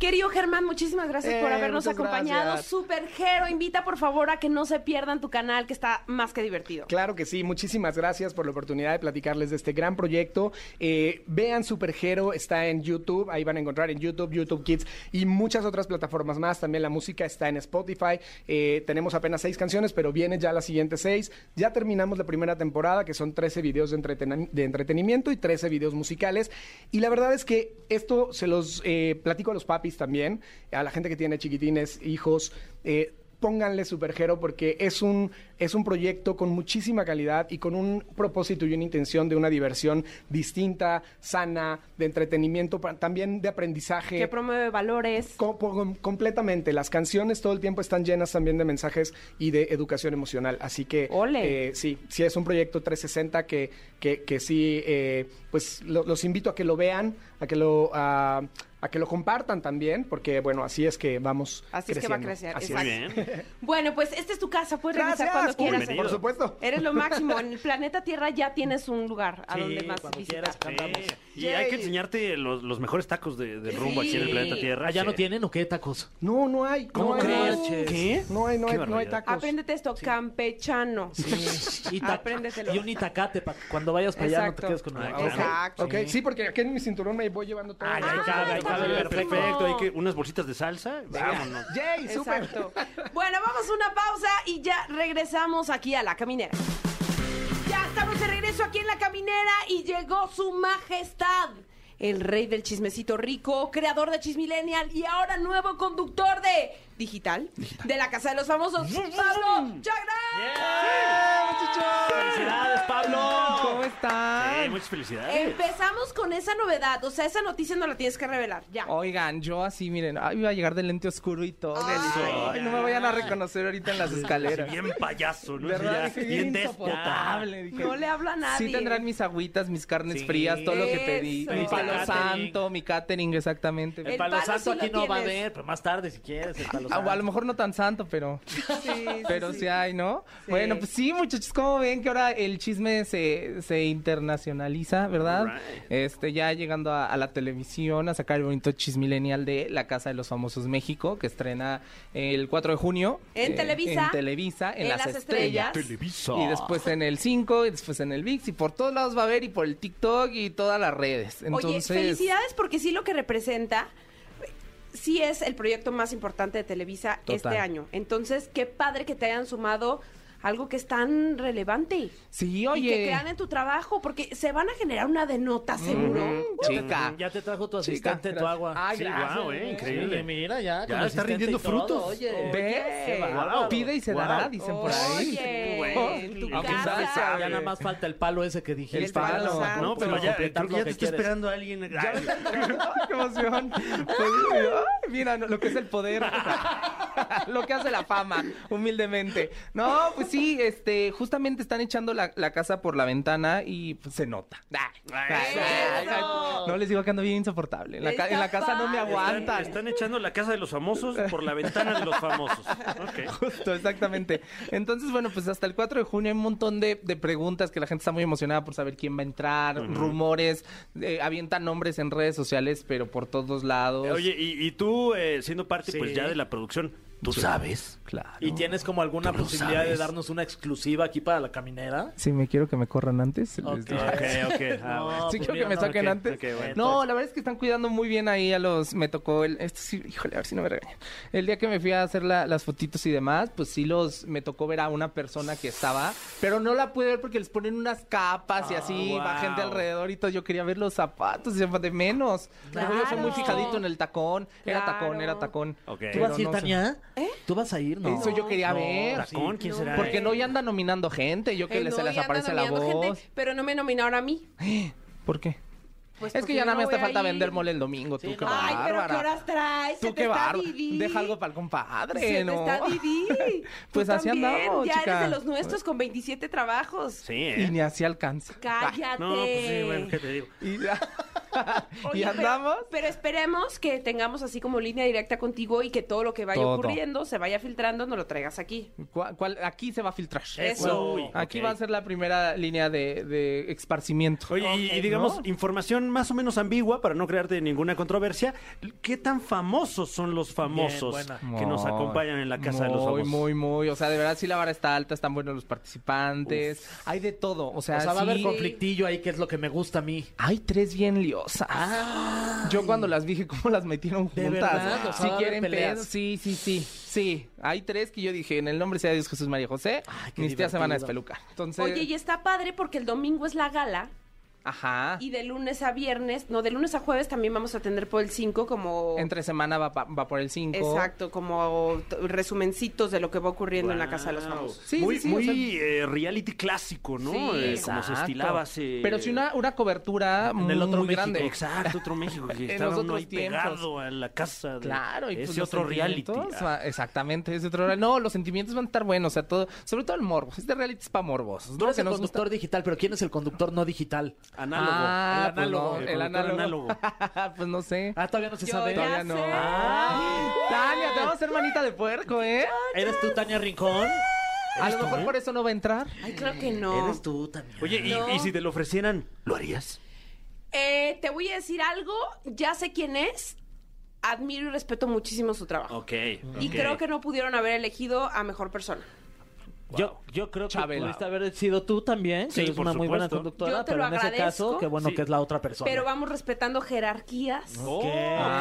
Querido Germán, muchísimas gracias por
Eh,
habernos
muchas
acompañado.
gracias.
Super Jero, invita por favor a que no se pierdan tu canal, que está más que divertido.
Claro que sí, muchísimas gracias por la oportunidad de platicarles de este gran proyecto. Eh, vean Supergero, está en YouTube, ahí van a encontrar en YouTube, YouTube Kids y muchas otras plataformas más. También la música está en Spotify. Eh, tenemos apenas seis canciones, pero vienen ya las siguientes seis. Ya terminamos la primera temporada, que son 13 videos de, entretena- de entretenimiento y 13 videos musicales. Y la verdad es que esto se los eh, platico a los papis también, a la gente que tiene chiquitines, hijos. eh, pónganle Supergero porque es un, es un proyecto con muchísima calidad y con un propósito y una intención de una diversión distinta, sana, de entretenimiento, pa- también de aprendizaje.
Que promueve valores.
Co- po- completamente. Las canciones todo el tiempo están llenas también de mensajes y de educación emocional. Así que
Ole.
eh, sí, sí es un proyecto 360 que, que, que sí, eh, pues lo- los invito a que lo vean, a que lo a, a que lo compartan también, porque bueno, así es que vamos
Así es que va a crecer,
Así es.
Muy
exacto.
bien.
Bueno, pues esta es tu casa, puedes regresar cuando
Gracias. Uy,
quieras.
bienvenido.
Por supuesto.
Eres lo máximo. En el planeta Tierra ya tienes un lugar a
Sí,
donde más
cuando
visitar.
quieras, cantamos.
Sí. Y hay que enseñarte los, los mejores tacos de, de rumbo aquí en el
Sí.
planeta Tierra.
¿Allá no
Sí.
tienen o qué tacos?
No, no hay.
¿Cómo
no hay,
crees?
no hay.
Che?
¿Qué?
No hay, no
Qué
hay, no hay
barbaridad.
tacos.
Apréndete esto, campechano.
Y, ta-
Apréndetelo.
y un itacate para que cuando vayas para allá no te
Exacto.
quedes con
Ah,
nada.
claro.
Exacto.
Ok, sí, porque aquí en mi cinturón me voy llevando todo.
Ay, ahí
Ah,
cabe, ahí
está
cabe
buenísimo.
perfecto.
Perfecto, hay que unas bolsitas de salsa. Vámonos.
Yay, súper.
Exacto. Bueno, vamos a una pausa y ya regresamos aquí a la caminera. Ya estamos de regreso aquí en la caminera y llegó su majestad. El rey del chismecito rico, creador de Chismillennial y ahora nuevo conductor de Digital, de la Casa de los Famosos, Pablo Chagra.
¡Felicidades, Pablo!
Sí, muchas
Eh,
felicidades.
Empezamos con esa novedad, o sea, esa noticia no la tienes que revelar, ya.
Oigan, yo así, miren, ay, iba a llegar de lente oscuro y todo. Ay, no me vayan a reconocer ahorita en las
Así
escaleras.
bien payaso, ¿no?
¿Verdad?
Así ya,
Dije,
bien
bien
déspota.
insoportable. Dije,
No le habla a nadie.
Sí tendrán mis agüitas, mis carnes
Sí.
frías, todo lo que pedí.
Eso.
Mi palo
Catering.
santo, mi catering, exactamente.
El
El
palo
palo
santo
sí lo
aquí no va a
tienes.
haber, pero más tarde si quieres. El palo
Ah, o
santo.
a lo mejor no tan santo, pero
Sí, sí,
pero
sí.
sí hay, ¿no? Bueno, pues sí, muchachos, como ven que ahora el chisme se, se internacionaliza, ¿verdad?
Alright.
Este, ya llegando a, a la televisión a sacar el bonito chismilenial de La Casa de los Famosos México, que estrena el 4 de junio. eh,
En Televisa.
En Televisa, en,
En
Las,
Las
Estrellas.
Estrellas.
Y después en el 5, y después en el VIX, y por todos lados va a haber, y por el TikTok y todas las redes. Entonces,
Oye, felicidades porque sí lo que representa, sí es el proyecto más importante de Televisa
Total.
este año. Entonces, qué padre que te hayan sumado algo que es tan relevante.
Sí,
Y
oye.
que crean en tu trabajo, porque se van a generar una de nota, seguro.
Chica.
Ya te trajo tu
Chica,
asistente tu
gracias.
agua.
Ay,
Sí,
gracias,
guau, eh,
güey.
increíble.
Sí, mira, ya.
Ya
con
está
asistente
rindiendo
y todo,
frutos.
Oye,
Ve,
bárbaro.
pide y se
Guau.
dará, dicen por ahí.
Oye,
Güey.
en tu
Aunque
casa.
sabe,
ya
sabe.
nada más falta el palo ese que dijiste.
El palo,
Para-
No, pero
para
ya, creo
completar
que
lo
ya te está
quieres.
esperando alguien. Ay,
¡Qué emoción! Pues, ay, mira no, lo que es el poder. lo que hace la fama, humildemente. No, pues sí, este, justamente están echando la, la casa por la ventana y pues, se nota. Ay, ay, ay, ay. No les digo que ando bien insoportable. En la, ca- en la casa no me
Están,
aguantan.
están echando la casa de los famosos por la ventana de los famosos. Ok.
Justo, exactamente. Entonces, bueno, pues hasta el 4 de junio hay un montón de, de preguntas que la gente está muy emocionada por saber quién va a entrar, rumores, eh, avientan nombres en redes sociales, pero por todos lados.
Oye, y, y tú, eh, siendo parte
Sí.
pues ya de la producción, ¿tú sabes?
claro.
¿Y tienes como alguna
Tú lo
posibilidad de
sabes.
darnos una exclusiva aquí para la caminera?
Si me quiero que me corran antes, se les
Ok.
digo.
Ok, ok. ah,
No,
bueno.
Sí,
pues
quiero
mira,
que me
no,
saquen
ok,
antes.
ok, bueno.
no, la verdad es que están cuidando muy bien ahí a los. Me tocó el. Esto sí, híjole, a ver si no me regañan. El día que me fui a hacer la- las fotitos y demás, pues sí los. Me tocó ver a una persona que estaba, pero no la pude ver porque les ponen unas capas y así va
wow.
gente alrededor y todo. Yo quería ver los zapatos, y de menos. Luego yo soy muy
Claro.
fijadito en el tacón. Era
Claro.
tacón, era tacón.
Ok.
¿Tú
Pero
vas a ir,
no sé.
Tania?
¿Eh?
¿Tú vas a ir? No.
Eso yo quería ver.
¿Tacón? ¿Quién será?
Porque no ya andan nominando gente, yo que
Eh,
les-
no,
se les
y andan
aparece la
nominando
voz.
gente, pero no me nominaron a mí.
¿Por qué?
Pues
es
porque
que ya
yo
nada más
no
te
voy a
falta
ir.
vender mole el domingo, tú qué
Ay, pero ¿qué
bárbara.
horas traes? Se
Tú
te
qué
está
bárbaro.
Didi.
Deja algo para el compadre,
Se te
¿no?
está Didi.
Pues
Tú
así
también,
andamos,
Ya
chica.
eres de los nuestros con 27 trabajos.
Sí, ¿eh?
Y ni así alcanza.
Cállate.
pues No, pues sí, bueno, ¿qué te digo?
Y ya.
¿Y
Oye, pero-
andamos?
Pero, esperemos que tengamos así como línea directa contigo y que todo lo que vaya
Todo.
ocurriendo se vaya filtrando, nos lo traigas aquí.
¿Cuál- cuál- Aquí se va a filtrar.
Eso.
Uy,
Aquí
ok.
va a ser la primera línea de, de esparcimiento.
Oye, y- y, digamos,
¿no?
información más o menos ambigua para no crearte ninguna controversia. ¿Qué tan famosos son los famosos
Bien, buena.
que nos
Muy,
acompañan en la casa de los famosos?
Muy, muy, muy. O sea, de verdad sí la vara está alta, están buenos los participantes. Hay de todo. O sea,
O sea, va a
Pues,
haber
sí-
conflictillo ahí, que es lo que me gusta a mí.
Hay tres bien liosas. Yo cuando las dije, ¿cómo las metieron juntas?
¿De verdad? O sea,
si
va a haber
quieren
peleas.
pedo, Sí, sí, sí. Sí, hay tres que yo dije, en el nombre sea de Dios Jesús María y José,
Ay, qué
mis tías se van a
divertido.
despelucar. Entonces,
Oye, y está padre porque el domingo es la gala
ajá.
y de lunes a viernes, no, de lunes a jueves también vamos a tener por el 5 como...
Entre semana va, pa- va por el 5.
Exacto, como t- resumencitos de lo que va ocurriendo en la casa de los
Wow.
famosos.
Sí,
muy
sí, sí,
muy,
o sea-
eh, reality clásico, ¿no? Eh, como se estilaba hace...
Pero si una, una cobertura
en
muy,
el otro
muy
México,
grande.
Exacto, otro México que
En
estaba
los
uno
otros
ahí
tiempos.
pegado a la casa de
Claro, y pues
ese
los
otro reality.
sentimientos,
Ah,
ah, exactamente, ese otro reality. No, los sentimientos van a estar buenos, o sea, todo, sobre todo el morbo. Este reality es para morbos.
Tú eres el conductor digital, pero ¿quién es el conductor no digital?
Análogo.
Ah,
el análogo,
pues no,
el
el
conductor
análogo. pues no sé.
Ah, todavía no se
Yo
sabe.
ya-
Todavía no. Ah.
sé.
Ay, Tania, te vamos a hacer manita de puerco, ¿eh?
¿Eres tú, Tania Rincón?
A lo
eh?
mejor por eso no va a entrar.
Ay, claro que no.
Eres tú, Tania.
Oye, y-
No.
y si te lo ofrecieran, ¿lo harías?
Eh, te voy a decir algo, ya sé quién es, admiro y respeto muchísimo su trabajo.
Ok.
Y creo que no pudieron haber elegido a mejor persona.
Yo, yo creo que
Chabela.
pudiste haber sido tú también, que
Sí,
eres
por
una muy buena
supuesto.
conductora,
Yo te
pero
lo
en ese
agradezco.
caso, qué bueno
Sí.
que es la otra persona.
Pero vamos respetando jerarquías.
Ok.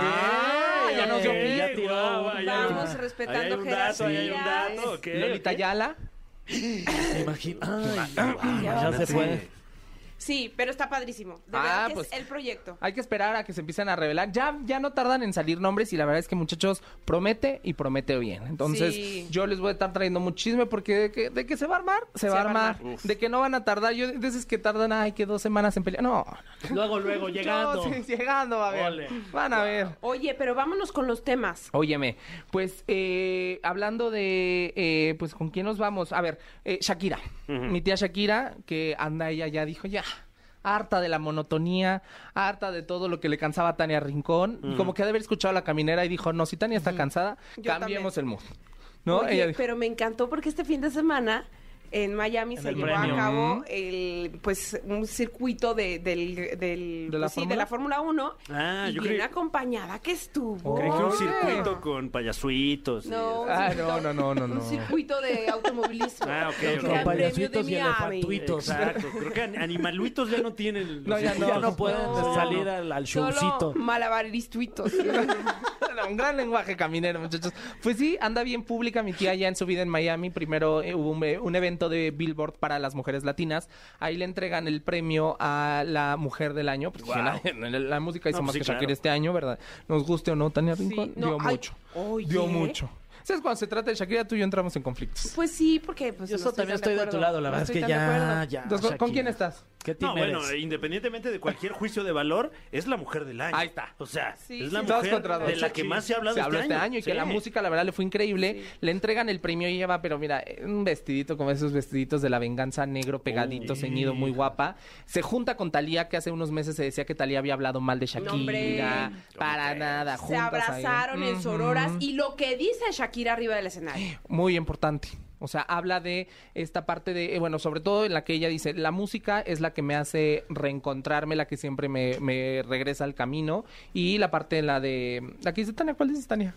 Ah,
ya nos dio
Ok,
ya tiró
guau,
una.
ahí hay un-
Vamos
ahí
respetando
hay un dato, ahí hay un
jerarquías.
dato, ok,
Lolita
ok.
Yala.
¿Te imaginas? Ay, ya se fue.
Sí, pero está padrísimo. De
Ah,
verdad que
pues-
es el proyecto.
Hay que esperar a que se empiecen a revelar. Ya, ya no tardan en salir nombres y la verdad es que muchachos promete y promete bien. Entonces
Sí.
yo les voy a estar trayendo mucho chisme porque de que, de que se va a armar, se, va a armar. De que no van a tardar. Yo de esas que tardan, ay, que dos semanas en pelear. No, no.
Luego, luego, llegando.
Yo, sí, llegando, va a ver.
Ole.
Van a ver.
Oye, pero vámonos con los temas.
Óyeme, pues eh, hablando de, eh, pues con quién nos vamos. A ver, eh, Shakira, mi tía Shakira, que anda ella ya dijo ya. Harta de la monotonía, harta de todo lo que le cansaba a Tania Rincón. Y Como que ha de haber escuchado a la caminera y dijo, no, si Tania está cansada,
Yo
cambiemos el mood. ¿No?
Oye,
ella dijo,
pero me encantó porque este fin de semana en Miami se
el
llevó
premio.
a cabo el, pues, un circuito de, del, del-
¿De la
pues sí,
Fórmula?
de la Fórmula 1.
Ah,
y
yo
bien
creí-
acompañada que estuvo.
Creí que un
Oye.
circuito con payasuitos. y-
No, un
Ah,
circuito-
no, no, no, no, no.
Un circuito de automovilismo.
Ah, ok,
El
ok.
Gran
Con
Premio
payasuitos
de
y
Miami.
elefantuitos.
Exacto. Creo que an- animaluitos ya no tienen. los
No, ya
Ya no,
circuitos.
pueden
No.
salir al, al
Solo
showcito.
Malabaristuitos.
un gran lenguaje caminero, muchachos. Pues sí, anda bien pública mi tía ya en su vida en Miami. Primero eh, hubo un, eh, un evento de Billboard para las mujeres latinas. Ahí le entregan el premio a la mujer del año. Porque la, la- la música hizo
No, pues
más
sí,
que
claro.
Shakira este año, ¿verdad? Nos guste o no, Tania Rincón,
no,
dio
ay,
mucho.
oye.
Dio mucho. ¿Sabes? Cuando se trata de Shakira, tú y yo entramos en conflictos.
Pues sí, porque pues,
Yo
no
eso también
tan
estoy de tu
acuerdo.
lado, la
No
verdad es
estoy
que
tan de
ya,
acuerdo.
ya.
Entonces, ¿con- ¿Con
Shakira.
quién estás?
¿Qué team
No, bueno,
eres?
independientemente de cualquier juicio de valor, es la mujer del año.
Ahí está.
O sea,
Sí,
es la
sí.
Todos
mujer
contra dos.
de la que más se ha hablado
se
este,
habló este año, y que
Sí.
la música la verdad le fue increíble le entregan el premio y ella va pero mira un vestidito como esos vestiditos de la venganza negro pegadito ceñido muy guapa se junta con Talía que hace unos meses se decía que Talía había hablado mal de Shakira
hombre.
para nada
Se
juntas
¿eh?
ahí.
abrazaron en sororas y lo que dice Shakira arriba del escenario.
muy importante o sea, habla de esta parte de, eh, bueno, sobre todo en la que ella dice, la música es la que me hace reencontrarme, la que siempre me, me regresa al camino. Y la parte de la de... Aquí dice Tania, ¿cuál dice Tania?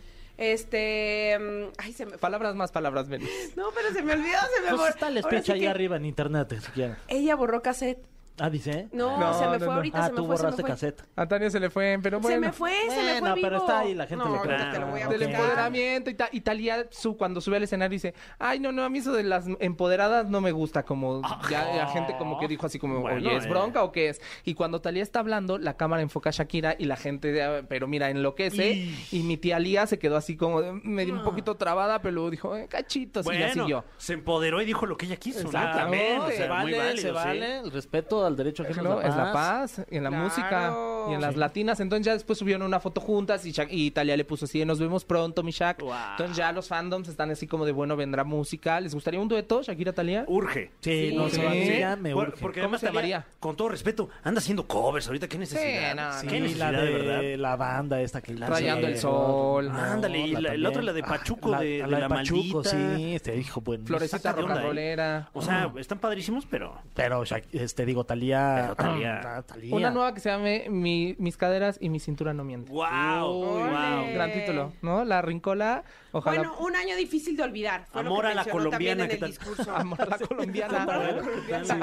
Este, mm, ay, se me
Palabras más, palabras menos.
No, pero se me olvidó, se me borró.
Pues está el
Ahora
speech
sí
ahí
que
arriba en internet, si quieren.
Ella borró cassette.
Ah, dice.
No,
No,
se me
no,
fue
no.
ahorita,
Ah,
se me
tú
fue, se me
borraste
fue.
cassette.
A Tania se le fue, pero bueno.
Se me fue, se me fue
Bueno, pero
vivo.
está ahí, la gente
No,
le
ahorita
cree.
te lo voy a
Del
buscar.
empoderamiento y, ta- y Talía su, cuando sube al escenario dice, ay no, no, a mí eso de las empoderadas no me gusta, como ya la gente como que dijo así como,
Bueno,
oye, ¿es
eh.
bronca o qué es? Y cuando Talía está hablando, la cámara enfoca a Shakira y la gente, ah, pero mira, enloquece y mi tía Lía se quedó así como eh, medio un poquito trabada, pero luego dijo, eh, cachitos y ya
Ah. Bueno,
siguió.
se empoderó y dijo lo que ella quiso. ¿no?
Exactamente,
También, o sea, muy
se vale,
válido,
se
sí.
vale. El respeto al derecho ajeno
No, es la paz, en la
Claro.
música.
claro.
y en las latinas. Entonces ya después subieron una foto juntas y, Shak- y Italia le puso así de nos vemos pronto, mi Shak.
Wow.
Entonces ya los fandoms están así como de bueno, vendrá música. ¿Les gustaría un dueto, Shakira Talia?
Urge.
Sí,
Sí.
no sé,
Sí.
sí, ya me
Por-
urge.
porque
¿Cómo
además
se
Talía,
llamaría?
con todo respeto, anda haciendo covers ahorita, qué necesidad.
no,
Sí,
qué
la
necesidad
de,
de, verdad.
la banda esta que la
Rayando el sol.
Ándale, y la- la
también.
otra, la de
Ah,
Pachuco, de- de la maldita.
sí, este hijo bueno.
Florecita
sácate
rock
onda,
and
¿eh?
rollera.
O sea, están padrísimos, pero
eh. Pero Shak- este digo Talía,
Pero Thalía.
Una nueva que se llame Mi- Mis caderas y mi cintura no miente.
wow,
Uy,
wow.
Eh.
Gran título, ¿no? La rincola, ojalá.
Bueno, un año difícil de olvidar. Fue
Amor
lo que
a la
mencionó también
colombiana,
en
¿qué
el
tal?
discurso.
Amor a la colombiana.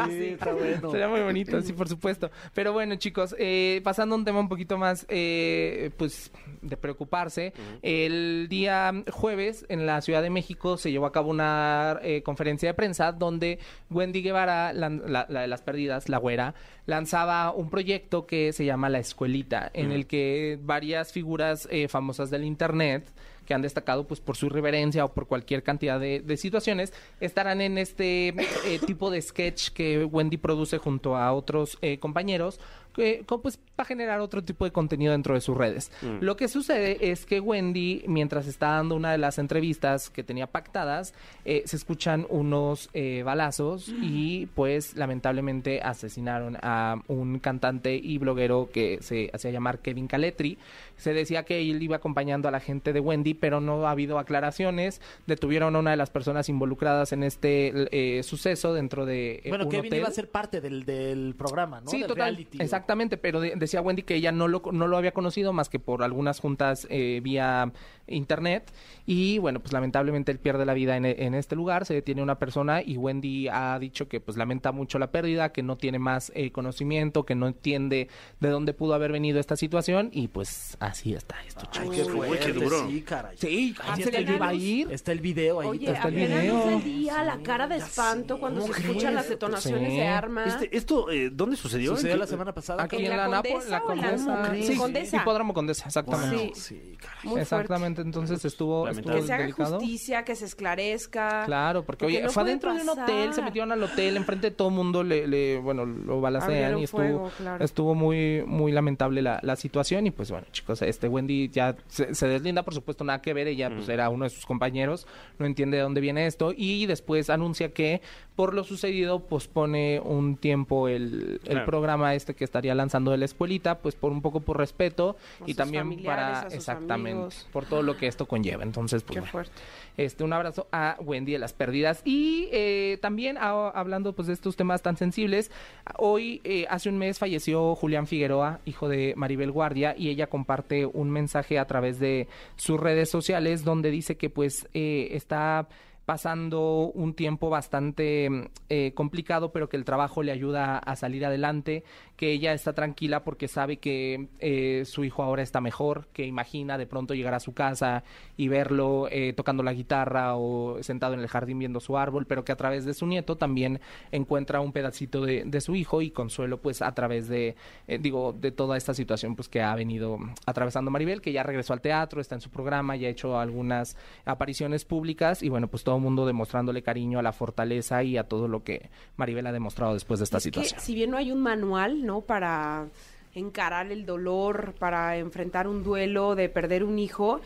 Sí, está bueno.
Sería muy bonito, sí, por supuesto. Pero bueno, chicos, eh, pasando a un tema un poquito más, eh, pues, de preocuparse. El día jueves en la Ciudad de México se llevó a cabo una eh, conferencia de prensa donde Wendy Guevara, lan- la, la de las perdidas, la güera, lanzaba un proyecto que se llama La Escuelita, en el que varias figuras eh, famosas del Internet que han destacado pues por su irreverencia o por cualquier cantidad de, de situaciones, estarán en este eh, tipo de sketch que Wendy produce junto a otros eh, compañeros, que, co- pues para generar otro tipo de contenido dentro de sus redes. Lo que sucede es que Wendy, mientras está dando una de las entrevistas que tenía pactadas, eh, se escuchan unos eh, balazos y pues lamentablemente asesinaron a un cantante y bloguero que se hacía llamar Kevin Caletri. Se decía que él iba acompañando a la gente de Wendy, pero no ha habido aclaraciones. Detuvieron a una de las personas involucradas en este eh, suceso dentro de eh,
Bueno,
un
Kevin
hotel.
iba a ser parte del, del programa, ¿no?
Sí,
Del
total,
reality.
exactamente, pero de- decía Wendy que ella no lo, no lo había conocido más que por algunas juntas eh, vía internet y bueno, pues lamentablemente él pierde la vida en, e- en este lugar, se detiene una persona y Wendy ha dicho que pues lamenta mucho la pérdida, que no tiene más eh, conocimiento, que no entiende de dónde pudo haber venido esta situación y pues así está esto.
Ay,
chicos.
qué
Uy,
fuerte,
qué duro.
Sí, caray.
Sí, así es que yo iba a ir.
Está el video ahí.
Oye,
está el
apenas
video.
ese día la cara de espanto cuando se escuchan las detonaciones
Sí.
de armas.
Este, ¿Esto eh, dónde sucedió?
Sucedió
¿En
la
qué-
semana pasada.
Aquí
¿En
en,
la
la,
Condesa
Nápoles, la
o en la
Condesa.
Condesa?
Sí,
Condesa.
Hipódromo Condesa, exactamente.
Sí.
Sí, caray.
Muy
Exactamente, entonces estuvo, estuvo
Lamentable.
Que se haga
delicado.
justicia, que se esclarezca.
Claro, porque,
Porque
oye,
no
fue
puede
adentro de un hotel, se
pasar.
metieron al hotel, enfrente de todo el mundo, le, le- bueno, lo balacean
Abrieron
y estuvo,
fuego, claro.
estuvo muy, muy lamentable la, la situación. Y pues bueno, chicos, este Wendy ya se, se deslinda, por supuesto, nada que ver, ella pues era uno de sus compañeros, no entiende de dónde viene esto, y después anuncia que por lo sucedido pospone un tiempo el, el
Claro.
programa este que estaría lanzando de la escuelita, pues por un poco por respeto
A
y
sus
también
familiares,
para
a sus
exactamente
amigos.
por todo lo que esto conlleva. Entonces, pues
Qué
bueno.
fuerte.
Este, un abrazo a Wendy de las Pérdidas. Y eh, también a- hablando pues de estos temas tan sensibles, hoy, eh, hace un mes, falleció Julián Figueroa, hijo de Maribel Guardia, y ella comparte un mensaje a través de sus redes sociales donde dice que pues eh, está pasando un tiempo bastante mm, eh, complicado, pero que el trabajo le ayuda a salir adelante, que ella está tranquila porque sabe que eh, su hijo ahora está mejor, que imagina de pronto llegar a su casa y verlo eh, tocando la guitarra o sentado en el jardín viendo su árbol, pero que a través de su nieto también encuentra un pedacito de, de su hijo y consuelo pues a través de, eh, digo, de toda esta situación pues que ha venido atravesando Maribel, que ya regresó al teatro, está en su programa, ya ha hecho algunas apariciones públicas y bueno, pues todo el mundo demostrándole cariño a la fortaleza y a todo lo que Maribel ha demostrado después de esta
Es que,
situación.
si bien no hay un manual, ¿no? Para encarar el dolor, para enfrentar un duelo de perder un hijo,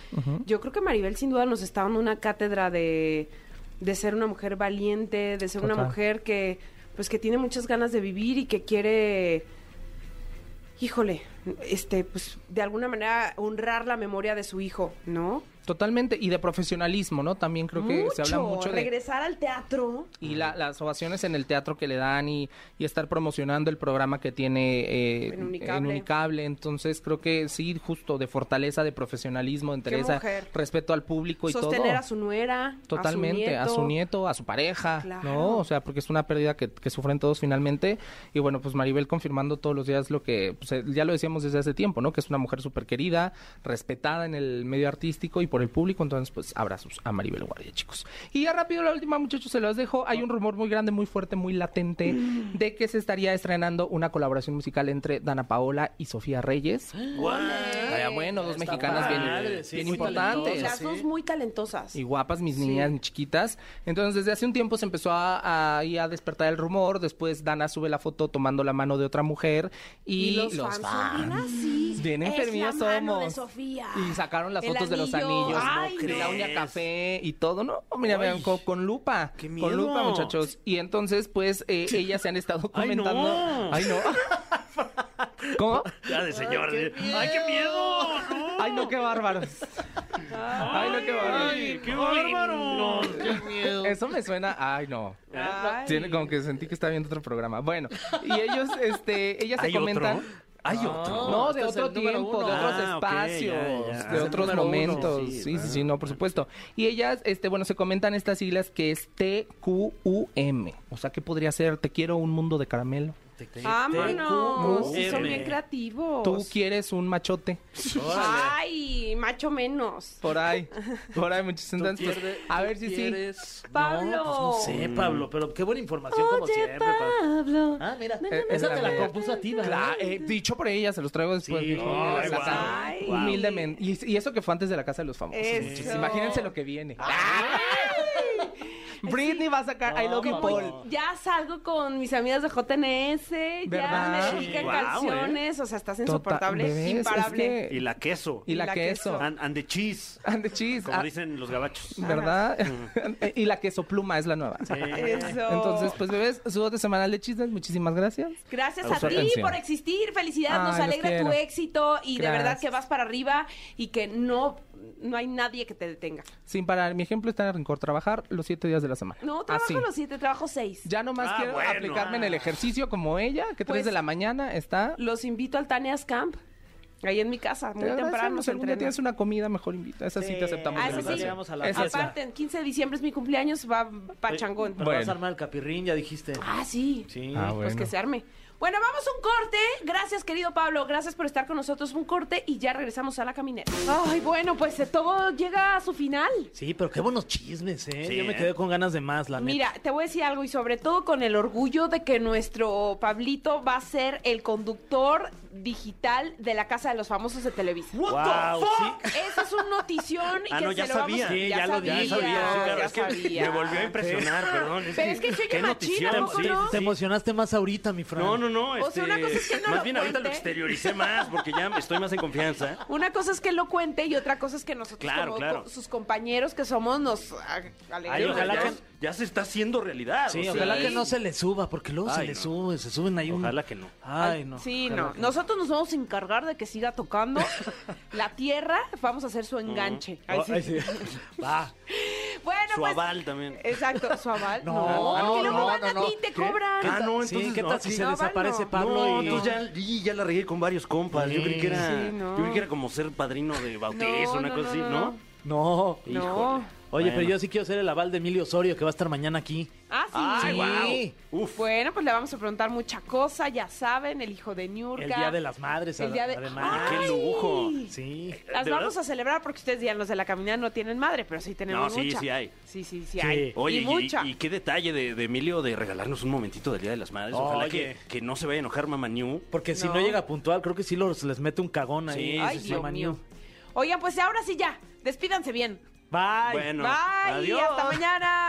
yo creo que Maribel sin duda nos está dando una cátedra de, de ser una mujer valiente, de ser una
Total.
mujer que pues que tiene muchas ganas de vivir y que quiere híjole, este pues de alguna manera honrar la memoria de su hijo, ¿no?
Totalmente, y de profesionalismo, ¿no? También creo que se habla mucho de...
regresar al teatro.
y la- las ovaciones en el teatro que le dan y, y estar promocionando el programa que tiene eh,
En Unicable.
en Unicable. Entonces creo que sí, justo de fortaleza, de profesionalismo, de
Qué
entereza,
mujer.
respeto al público y
sostener
todo.
a su nuera,
Totalmente, a su, nieto, a su pareja,
Claro.
¿no? O sea, porque es una pérdida que, que sufren todos finalmente. Y bueno, pues Maribel confirmando todos los días lo que, pues, eh, ya lo decíamos desde hace tiempo, ¿no? Que es una mujer súper querida, respetada en el medio artístico y por el público. Entonces, pues abrazos a Maribel Guardia, chicos. Y ya rápido, la última, muchachos, se los dejo. Hay un rumor muy grande, muy fuerte, muy latente de que se estaría estrenando una colaboración musical entre Dana Paola y Sofía Reyes.
¡Eh!
Estaría bueno, dos mexicanas bien,
padre, sí,
bien
muy
importantes.
Las dos muy talentosas.
Y guapas, mis niñas, mis chiquitas. Entonces, desde hace un tiempo se empezó a, a- ahí a despertar el rumor. Después, Dana sube la foto tomando la mano de otra mujer. Y,
Y los, fans, son bien así.
Bien
Es
enfermillas
la mano de
somos.
Sofía.
Y sacaron las
El
fotos de los
anillo.
anillos.
Ay,
y la
no.
uña café y todo, ¿no? Oh, Mira, vean, con, con lupa.
¡Qué
Con
miedo!
lupa, muchachos. Y entonces, pues, eh, ellas se han estado
¡Ay, no!
comentando. Ay, no. ¿Cómo?
Ya de señor. de- ¡Ay, qué miedo! ¡No!
Ay, no, qué bárbaros. Ay, no, qué
¡Ay,
bárbaros.
qué bárbaro!
Eso me suena. Ay, no.
Ay.
Tiene como que sentí que estaba viendo otro programa. Bueno, y ellos, este, ellas se
¿Hay
comentan.
otro? ¿Hay otro?
No, de
este es
otro
el número
tiempo,
uno.
de otros
Ah, ok, ya,
espacios,
ya. Ah,
de
es el
otros
número uno.
momentos.
Sí,
Sí, sí, sí,
ah.
no, por supuesto. Y ellas, este, bueno, se comentan estas siglas que es TQUM. O sea, ¿qué podría ser? Te quiero un mundo de caramelo.
Vámonos. Sí, son
M.
bien creativos.
Este, Tú quieres un machote.
Ay, macho menos.
Por ahí, por ahí, muchos entonces, pues, a ver si sí.
Pablo.
No, pues no sé, Pablo, pero qué buena información como siempre. Pablo.
Pablo.
Ah, mira,
Eh,
esa
esa
te la
mía.
compuso a ti, ¿verdad?
La- eh, dicho por ella, se los traigo después.
Sí.
No,
Ay,
la
guau,
cara.
ay.
Humildemente. Y, y eso que fue antes de la casa de los famosos.
Eso.
muchachos. Imagínense lo que viene. Britney va a sacar I Love You
No,
Paul. Tota-,
no.
Ya salgo con mis amigas de JNS, ya
¿Verdad? eh.
me dedican
Sí, guau,
canciones, o sea, estás
Total,
insoportable,
¿ves?
imparable.
Es que-
Y la queso.
Y la,
la
queso.
queso.
And, and the cheese,
And the cheese.
como
Ah,
dicen los gabachos.
ah,
¿Verdad? eh, y la queso pluma es la nueva.
Eso.
Entonces, pues bebés, su dote semanal de chistes, muchísimas gracias.
Gracias
a
a
su
ti
atención.
por existir, felicidad, nos
Ay, los
alegra tu
quiero.
éxito y de verdad
Gracias.
que vas para arriba y que no, no hay nadie que te detenga.
Sin parar, mi ejemplo está en el rincón, trabajar los siete días de la semana.
No, trabajo
Así.
los siete, trabajo seis.
Ya nomás
Ah,
quiero
bueno.
aplicarme en el ejercicio como ella, que tres
Pues-
de la mañana está.
Los invito al Taneas Camp, ahí en mi casa, muy
Te agradecemos,
temprano. se
algún día
entrenan.
tienes una comida, mejor invita. Esa sí,
Sí.
te aceptamos.
Ah,
la
eso sí.
invitación.
Vamos a la
Esa sí.
Aparte, el 15 de diciembre es mi cumpleaños, va pa' changón.
Pero
Bueno.
vas a armar el capirrín, ya dijiste.
Ah, sí.
Sí.
Ah,
Pues
bueno.
que se arme. Bueno, vamos a un corte. Gracias, querido Pablo. Gracias por estar con nosotros. Un corte y ya regresamos a la caminera. Ay, bueno, pues eh, todo llega a su final.
Sí, pero qué buenos chismes, ¿eh?
Sí,
Yo me
¿eh?
quedé con ganas de más, la
Mira, te voy a decir algo y sobre todo con el orgullo de que nuestro Pablito va a ser el conductor digital de la Casa de los Famosos de Televisa.
Wow, sí.
Eso es un notición y
Ah,
que
no,
se
ya
lo
sabía.
vamos a...
Sí, ya lo
Ya
dije,
sabía, sí, claro,
ya
es que
sabía.
me volvió a impresionar, perdón.
Pero es que soy
qué
bien machina, ¿a poco
neta.
notición,
no?
Sí, Te emocionaste más ahorita, mi Fran.
No, no, no.
O sea,
Este,
una cosa es que no
más
lo
bien ahorita lo
cuente.
exterioricé más porque ya estoy más en confianza. ¿eh?
Una cosa es que él lo cuente y otra cosa es que nosotros
Claro,
como
claro.
co- sus compañeros que somos nos ah,
Ay,
alegremos.
ojalá
ojalá
que
que-
ya se está haciendo realidad.
Sí,
o sea,
ojalá
sí.
que no se le suba, porque luego se
Ay,
le
no.
sube, se suben ahí un...
Ojalá que no.
Ay, no.
Sí,
ojalá
no.
que
Nosotros nos vamos a encargar de que siga tocando la tierra. Vamos a hacer su enganche. Ay, sí.
Ay, sí. Va.
Bueno,
Su
pues.
aval también.
Exacto, su aval.
No,
No,
no,
que luego
no,
van a
no, no.
ti y te
¿Qué?
¿Qué
cobran.
tal? Ah, no,
sí,
entonces
¿qué
no,
tal si
sí.
se
No, van,
desaparece
no.
Pablo
no,
y...
entonces ya, y ya la regué con varios compas. Yo creí que era,
Sí, no.
yo creí que era como ser padrino de bautizo,
No,
una
no,
cosa así,
no,
¿no?
no.
No.
No.
Híjole.
Oye, pero
Bueno.
yo sí quiero ser el aval de Emilio Osorio, que va a estar mañana aquí.
Ah, sí.
Ay,
guau. Uf.
Bueno, pues le vamos a preguntar mucha cosa, ya saben, el hijo de Niurka.
El Día de las
Pues
Madres,
El
ad-
día de-
además.
¡Qué lujo!
Sí.
Las
¿De
vamos
verdad?
a celebrar porque ustedes dirán, los de la caminada no tienen madre, pero sí tenemos
No, sí,
mucha.
sí hay.
Sí, sí, sí,
Sí.
hay.
Oye,
y,
y,
mucha.
y qué detalle de, de Emilio de regalarnos un momentito del Día de las Madres. Ojalá que,
Oye.
que no se vaya a enojar Mamá New.
Porque si no
No.
llega puntual, creo que sí los, les mete un cagón ahí.
Sí,
Ay,
sí,
Dios
Manio.
mío. Oigan, pues ahora sí ya, despídanse bien.
Bye.
Bueno,
Bye,
adiós.
hasta mañana.